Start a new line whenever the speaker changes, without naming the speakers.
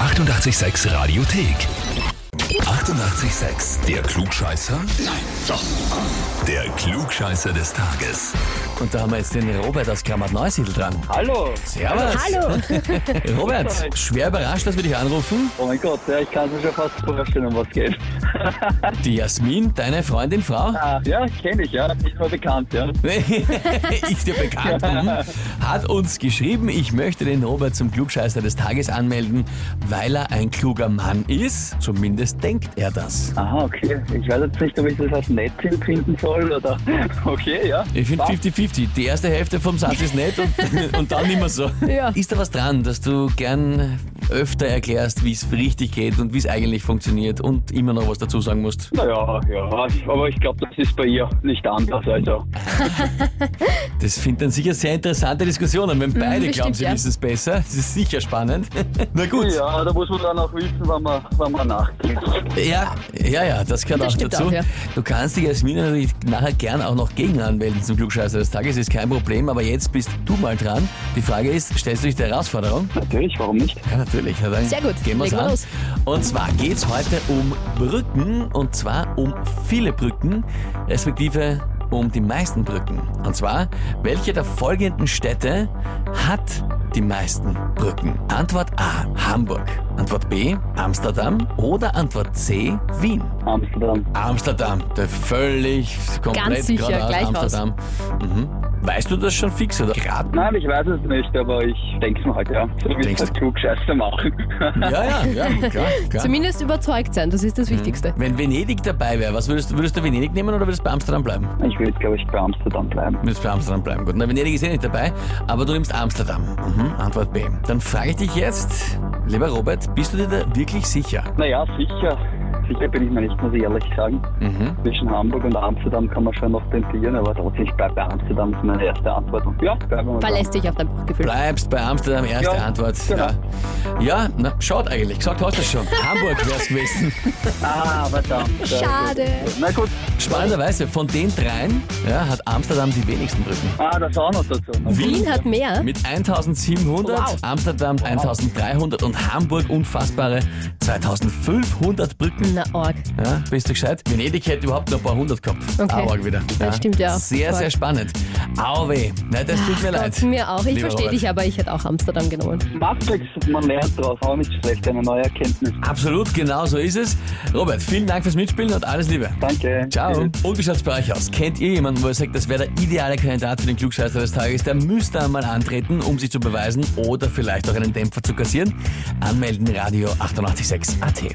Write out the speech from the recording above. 886 Radiothek. 88,6. Der Klugscheißer? Nein, doch. Der Klugscheißer des Tages.
Und da haben wir jetzt den Robert aus Kramat-Neusiedl dran.
Hallo.
Servus.
Hallo.
Robert, schwer überrascht, dass wir dich anrufen.
Oh mein Gott, ja, ich kann mir schon fast vorstellen, um was geht.
Die Jasmin, deine Freundin, Frau,
Ah, ja, kenne ich, ja. Ist mir bekannt, ja.
ist dir bekannt, mhm, hat uns geschrieben, ich möchte den Robert zum Klugscheißer des Tages anmelden, weil er ein kluger Mann ist. Zumindest denkt er das.
Aha, okay. Ich weiß jetzt nicht, ob ich das als nett empfinden soll oder. Okay, ja.
Ich finde
Passt.
50-50. Die erste Hälfte vom Satz ist nett und, und dann immer so.
Ja.
Ist da was dran, dass du gern öfter erklärst, wie es richtig geht und wie es eigentlich funktioniert und immer noch was dazu sagen musst?
Naja, ja. Aber ich glaube, das ist bei ihr nicht anders. Also.
Das finden dann sicher sehr interessante Diskussionen, wenn beide
bestimmt,
glauben, sie
Mhm, ja.
wissen es besser. Das ist sicher spannend. Na gut.
Ja, da muss man dann auch wissen, wann man, wann man nachdenkt.
Ja, ja, ja, das gehört
Das
auch
stimmt
dazu.
auch, ja.
Du kannst dich als Mina natürlich nachher gern auch noch gegen anmelden zum Glückscheißer des Tages, ist kein Problem, aber jetzt bist du mal dran. Die Frage ist, stellst du dich der Herausforderung?
Natürlich, warum nicht?
Ja, natürlich. Na, dann
Sehr gut,
Gehen wir's
legen wir
an.
los.
Und zwar geht's heute um Brücken und zwar um viele Brücken, respektive um die meisten Brücken. Und zwar, welche der folgenden Städte hat die meisten Brücken? Antwort A, Hamburg. Antwort B, Amsterdam. Oder Antwort C, Wien.
Amsterdam.
Amsterdam, der völlig komplett
Ganz sicher,
geradeaus
gleich raus.
Amsterdam. Mhm. Weißt du das schon fix oder? Gerade
Nein, ich weiß es nicht, aber ich denke es mir halt, ja. So wie
Denkst
es halt Klugscheiße machen.
Ja, ja, ja, klar, klar.
Zumindest überzeugt sein, das ist das
Mhm.
Wichtigste.
Wenn Venedig dabei wäre, was würdest, du- würdest du Venedig nehmen oder würdest du bei Amsterdam bleiben?
ich will jetzt, glaube ich, bei Amsterdam bleiben.
Würdest bei Amsterdam bleiben. Gut, na, Venedig ist eh nicht dabei, aber du nimmst Amsterdam. Mhm, Antwort B. Dann frage ich dich jetzt, lieber Robert, bist du dir da wirklich sicher?
Naja, sicher. Sicher bin ich mir nicht, muss ich ehrlich sagen.
Mhm.
Zwischen Hamburg und Amsterdam kann man schon noch tendieren, aber trotzdem, ich bleibe bei Amsterdam, ist meine erste Antwort. Und ja, bleiben wir mal.
Verlässt dich auf dein Bauchgefühl.
Bleibst bei Amsterdam, erste
Ja,
Antwort.
genau.
Ja, ja na, schaut eigentlich, gesagt hast du es schon. Hamburg wär's gewesen.
da. Ah, verdammt.
Schade.
Na gut,
Spannenderweise, von den dreien ja, hat Amsterdam die wenigsten Brücken.
ah, das auch noch dazu.
Wien hat mehr.
Mit 1700,
Wow.
Amsterdam 1300 und Hamburg unfassbare 2500 Brücken.
Na, Org.
Ja, bist du gescheit? Venedig hätte überhaupt noch ein paar hundert gehabt.
Okay.
Ah, arg wieder.
stimmt ja auch.
Sehr, sehr
Arg.
spannend. Au weh. Nein, das tut mir leid.
Gott, mir auch. Ich
Lieber
verstehe
Robert.
dich, aber ich hätte auch Amsterdam genommen.
Matrix, man lernt draus, auch nicht schlecht, eine neue Erkenntnis.
Absolut, genau so ist es. Robert, vielen Dank fürs Mitspielen und alles Liebe.
Danke.
Ciao.
Tschüss.
Und wie schaut's bei euch aus? Kennt ihr jemanden, wo ihr sagt, das wäre der ideale Kandidat für den Klugscheißer des Tages? Der müsste einmal antreten, um sich zu beweisen oder vielleicht auch einen Dämpfer zu kassieren? Anmelden Radio 886 AT.